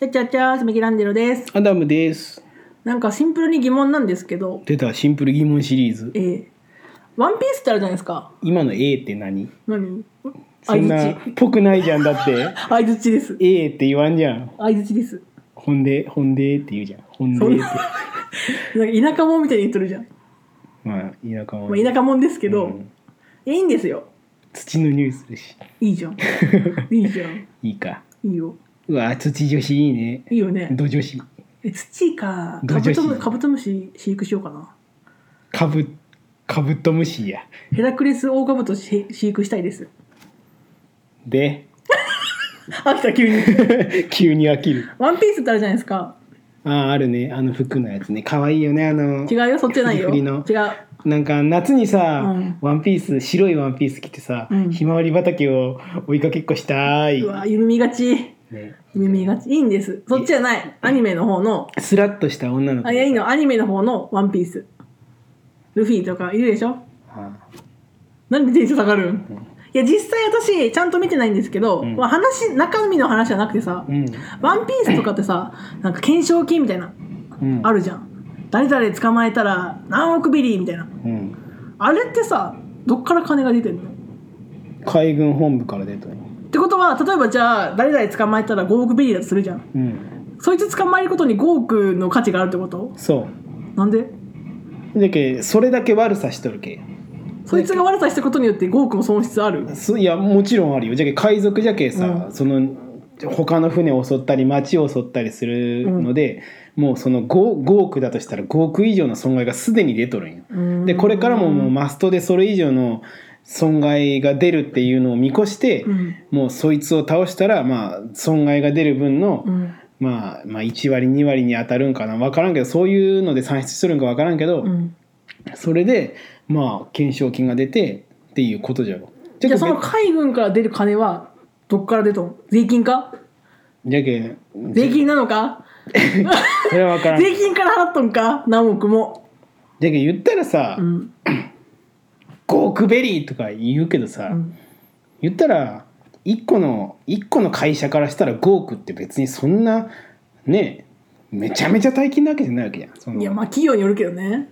チャチャチャースミキランジェロです。アダムです。なんかシンプルに疑問なんですけど、出たシンプル疑問シリーズ。えー、ワンピースってあるじゃないですか。今の A って何何？そん相な槌っ。ぽくないじゃんだって。 相槌です。 A って言わんじゃん。相槌です。ほんで、ほんでって言うじゃん。ほんでそっんて。な なんか田舎者みたいに言っとるじゃん。まあ、田舎も。まあ、田舎者ですけど、うんいいんですよ。土の匂いする し。いいじゃん。いいじゃん。いいか。いいよ。うわ、土女子いいね。いいよね。土女子。え土かどカうじブゃしトムカブトムシ飼育しようかな。カブ、カブトムシや。ヘラクレスオオカブトシ飼育したいです。で、 飽きた急に。急に飽きる。ワンピースってあるじゃないですか。ああ、あるね。あの服のやつね。可愛いよね。あの。違うよそっちじゃないよ。フ違リフリのう。なんか夏にさ、うんワンピース白いワンピース着てさ、うんひまわり畑を追いかけっこしたいうわ緩みがち。ね、緩みがち。いいんです。そっちじゃない。アニメの方の、スラッとした女の子あ、いやいいの。アニメの方のワンピース。ルフィとかいるでしょあなんでテンション下がるんいや、実際私、ちゃんと見てないんですけど、うんまあ話、中身の話じゃなくてさあ、うん、ワンピースとかってさ、なんか懸賞金みたいな、うん、ある、るじゃん。誰々捕まえたら何億ビリーみたいな。うん、あれってさ、どっから金が出てんの海軍本部から出たのってことは、例えばじゃあ、誰々捕まえたら5億ビリーだとするじゃん。うんそいつ捕まえることに5億の価値があるってことそなんでうだけそれだけ悪さしとるけそいつが悪さしたことによって5億も損失あるそいやもちろんあるよじゃけ海賊じゃけさ、うんその他の船を襲ったり町を襲ったりするので、もうその 5, 5億だとしたら5億以上の損害がすでに出とるんよでこれからももうマストでそれ以上の損害が出るっていうのを見越して、うんもうそいつを倒したらまあ損害が出る分の、うんまあ、まあ1割2割に当たるんかな分からんけどそういうので算出しとるんか分からんけど、うんそれでまあ懸賞金が出てっていうことじゃろ。じゃあその海軍から出る金はどっから出とん税金かじゃけ税金なのかそれは分からんじゃ税金から払っとんか何億もけ言ったらさ、うん5億ベリーとか言うけどさ、うん言ったら1個の一個の会社からしたら5億って別にそんなねめちゃめちゃ大金なわけじゃないわけじゃんそのいやまあ企業によるけどね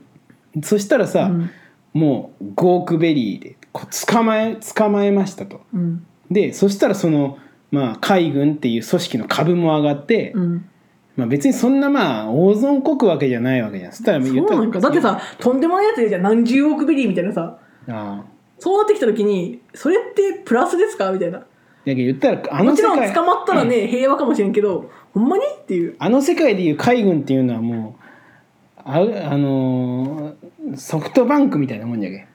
そしたらさ、うんもう5億ベリーでこう捕まえ捕まえましたとうんでそしたらその、まあ、海軍っていう組織の株も上がって、うんまあ、別にそんなまあ大損こくわけじゃないわけじゃんそしたらそう言ったらなんかだってさとんでもないやついるじゃん何十億ビリーみたいなさああそうなってきた時にそれってプラスですかみたいなだけど言ったらあのもち世ろん界捕まったらね平和かもしれんけどほんまにっていうあの世界でいう海軍っていうのはもうああのーソフトバンクみたいなもんじゃけ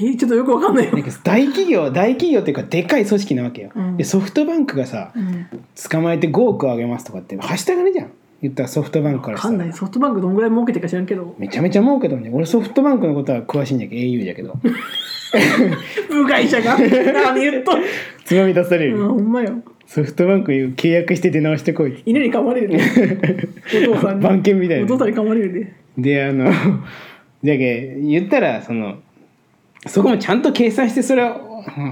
えーちょっとよくわかんないよなんか大企業大企業っていうかでかい組織なわけよ、うんでソフトバンクがさうん、捕まえて5億あげますとかってはしたがりじゃん言ったらソフトバンクからわしたからんないソフトバンクどんぐらい儲けてるか知らんけどめちゃめちゃ儲けたもんね俺ソフトバンクのことは詳しいんじゃけど au じゃけど 部外者が何言っと るつまみ出される、うんほんまよソフトバンクいう契約して出直してこい犬に噛まれるねお父さんに 番犬みたいなお父さんに噛まれるねであの じゃけ言ったらそのそこもちゃんと計算してそれを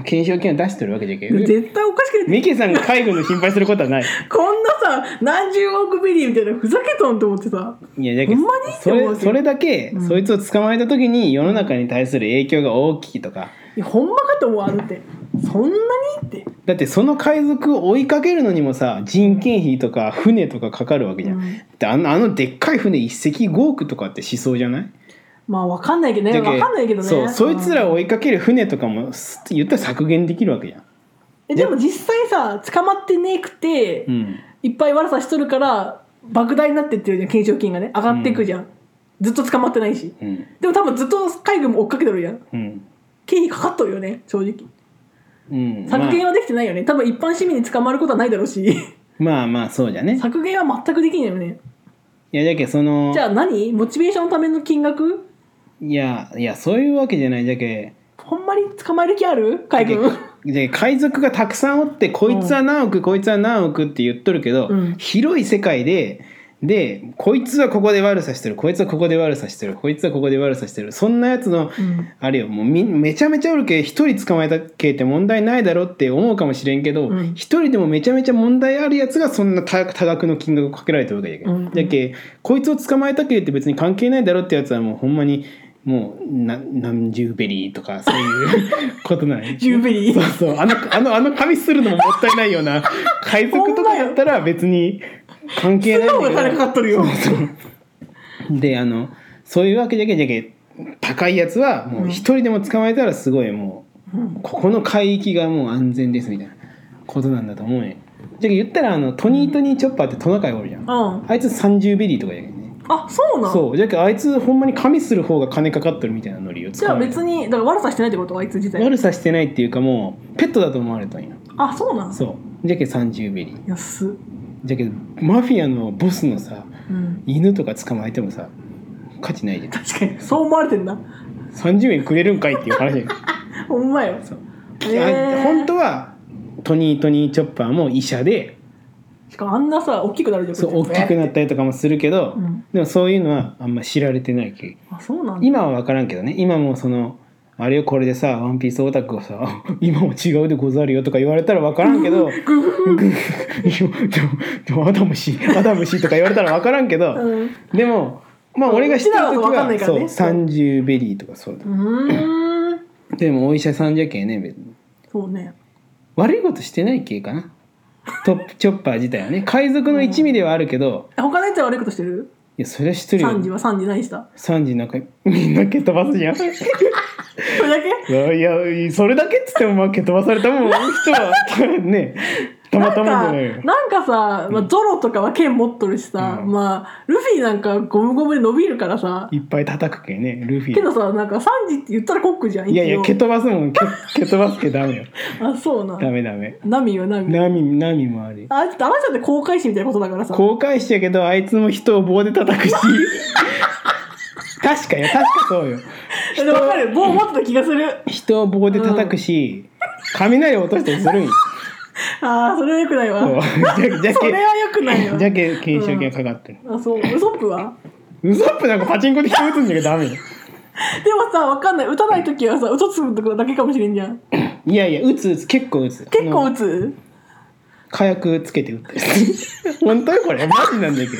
検証金を出してるわけじゃけど絶対おかしくないミケさんが海軍の心配することは ない。こんなさ何十億ビリーみたいなふざけとんと思ってさいや、だけほどんまにそって思うれけどそれだけ、そいつを捕まえた時に世の中に対する影響が大きいとか。いやほんまかと思わんってそんなにってだってその海賊を追いかけるのにもさ人件費とか船とかかかるわけじゃん、うんであのあのでっかい船一隻5億とかってしそうじゃないまあわかんないけどねだけわかんないけどねそうそいつらをを追いかける船とかもす言ったら削減できるわけじゃん、でも実際さ捕まってねくて、うん、いっぱい悪さしとるから莫大になってってるじゃん懸賞金がね上がっていくじゃん、ずっと捕まってないし、うんでも多分ずっと海軍も追っかけてるやんうん経費かかっとるよね正直うん削減はできてないよね、多分一般市民に捕まることはないだろうし まあまあまあそうじゃね削減は全くできないよねいやだけどそのじゃあ何モチベーションのための金額いやいやそういうわけじゃないだけほんまに捕まえる気ある海軍で海賊がたくさんおってこいつは何億、こいつは何億って言っとるけど、うん広い世界ででこいつはここで悪さしてるこいつはここで悪さしてるこいつはここで悪さしてるそんなやつの、うん あれよもうみめちゃめちゃおるけ一人捕まえたけって問題ないだろって思うかもしれんけどうん一、人でもめちゃめちゃ問題あるやつがそんな多多額の金額をかけられてるわけやけ、うんうんだけこいつを捕まえたけって別に関係ないだろってやつはもうほんまにもうな何十ベリーとかそういうことない。ジューベ リそうーそうあのあのあの紙するのももったいないような海賊とかやったら別に関係ないんだけどそんなお金かかっとるよであのそういうわけじゃけじゃけ高いやつはもう一人でも捕まえたらすごいもう、ここの海域がもう安全ですみたいなことなんだと思うねじゃけ言ったらあのトニートニーチョッパーってトナカイおるじゃん、うんあいつ30ベリーとかやけんねあそうなんそうじゃけあいつほんまに紙する方が金かかっとるみたいなノリをじゃあえ別にだから悪さしてないってことあいつ自体悪さしてないっていうかもうペットだと思われたんやあそうなんそうじゃけ30ベリー安っじゃけマフィアのボスのさうん犬とか捕まえてもさ価値ないじゃん確 かにそう思われてんな30円くれるんかいっていう話 やけどほんまよそうへーあ本当はトニー・トニー・チョッパーも医者でしかもあんなさ大きくなるじゃんそう大きくなったりとかもするけど、うんでもそういうのはあんま知られてないけあそうなんだ今は分からんけどね今もそのあれよこれでさ「ワンピースオタクをさ 「今も違うでござるよ」とか言われたら分からんけど「グフフでもでもアダムシアダムシ」とか言われたら分からんけど、うんうでもまあ俺が知ってるうち時らは分かんは、ないからそうね30ベリーとかそうだ、ーんでもお医者さんじゃけえね別に。そうね悪いことしてない系かなトップ チョッパー自体はね海賊の一味ではあるけど、え他のやつは悪いことしてるいやそれは知ってるサンジよはサンジ何したサンジなんか みんな蹴飛ばすじゃん いそれだけやいやそれだけっつってもまあ蹴飛ばされたもん人は ねたまたまじゃないよなんかさ、まあ、ゾロとかは剣持っとるしさ、うんまあルフィなんかゴムゴムで伸びるからさいっぱい叩くけねルフけどィさなんかサンジって言ったらコックじゃんいやいや蹴一飛ばすもん蹴 蹴飛ばすけダメよ応あそうなダメダメナミはナミナミナミもありあいつってあなたって航海士みたいなことだからさ公開してやけどあいつも人を棒で 叩くし確かよ確かそうよでも分かる棒持ってた気がする人を棒で叩くし、雷を落としたりするんよああそれはよくないそうわじゃじゃそれけはよくないわじゃけ懸賞金がかかってる、あそうウソップはウソップなんかパチンコで人打つんじゃけどダメよでもさ分かんない打たない時はさ嘘つくとこだけかもしれんじゃんいやいや打つ打つ結構打つ結構あ打のつ火薬つけて打ったりする本当よこれマジなんだけど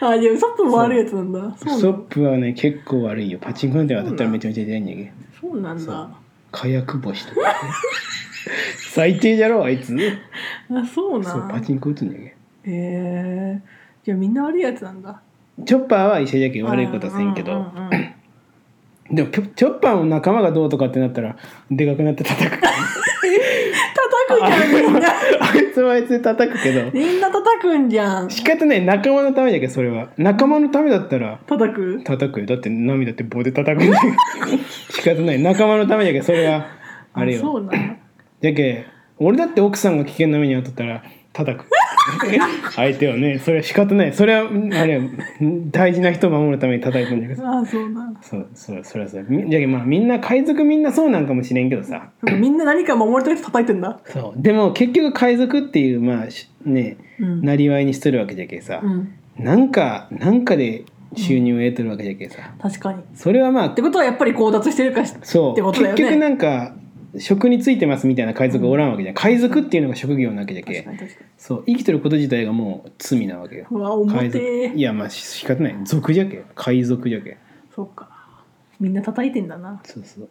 あーじゃあウソップも悪いやつなんだウそうソなッんだプはね結構悪いよパチンコで当たったらめちゃめちゃ痛いんじゃけどそうなんだ火薬星と か、ね、最低じゃろあいつあそうなそうパんチンコ打つんじゃけへえじゃあみんな悪いやつなんだチョッパーは医者じゃけ悪いことはせんけど、うんうんうんでもチョチョッパーの仲間がどうとかってなったらでかくなって叩く叩くじゃんみん なあいつはあいつで叩くけどみんな叩くんじゃん仕方ない仲間のためだけどそれは仲間のためだったら叩く叩くよだって涙って棒で叩くんだよ 仕方ない仲間のためだけどそれはあれそようなんじゃけ俺だって奥さんが危険な目に遭っとったら 叩く相手はねそれは仕方ないそれはうんあれようん大事な人を守るために叩いたんだけどだあそうなんだそうそうそれはそうみじゃけまあみんな海賊みんなそうなんかもしれんけどさみんな何か守りたい人叩いてんだそうでも結局海賊っていうまあしねうんなりわいにしとるわけじゃけさ、うんなんかなんかで収入を得とるわけじゃけさ、確かにっそれはまあてことはやっぱり強奪してるかしそう、ってことだよ結ね局なんか職についてますみたいな海賊おらんわけじゃん、海賊っていうのが職業なわけじゃ確けかに確かにそう生きてること自体がもう罪なわけようわ重海て賊ーいやまあし仕方ない族じゃけ海賊じゃけそっかみんな叩いてんだなそうそう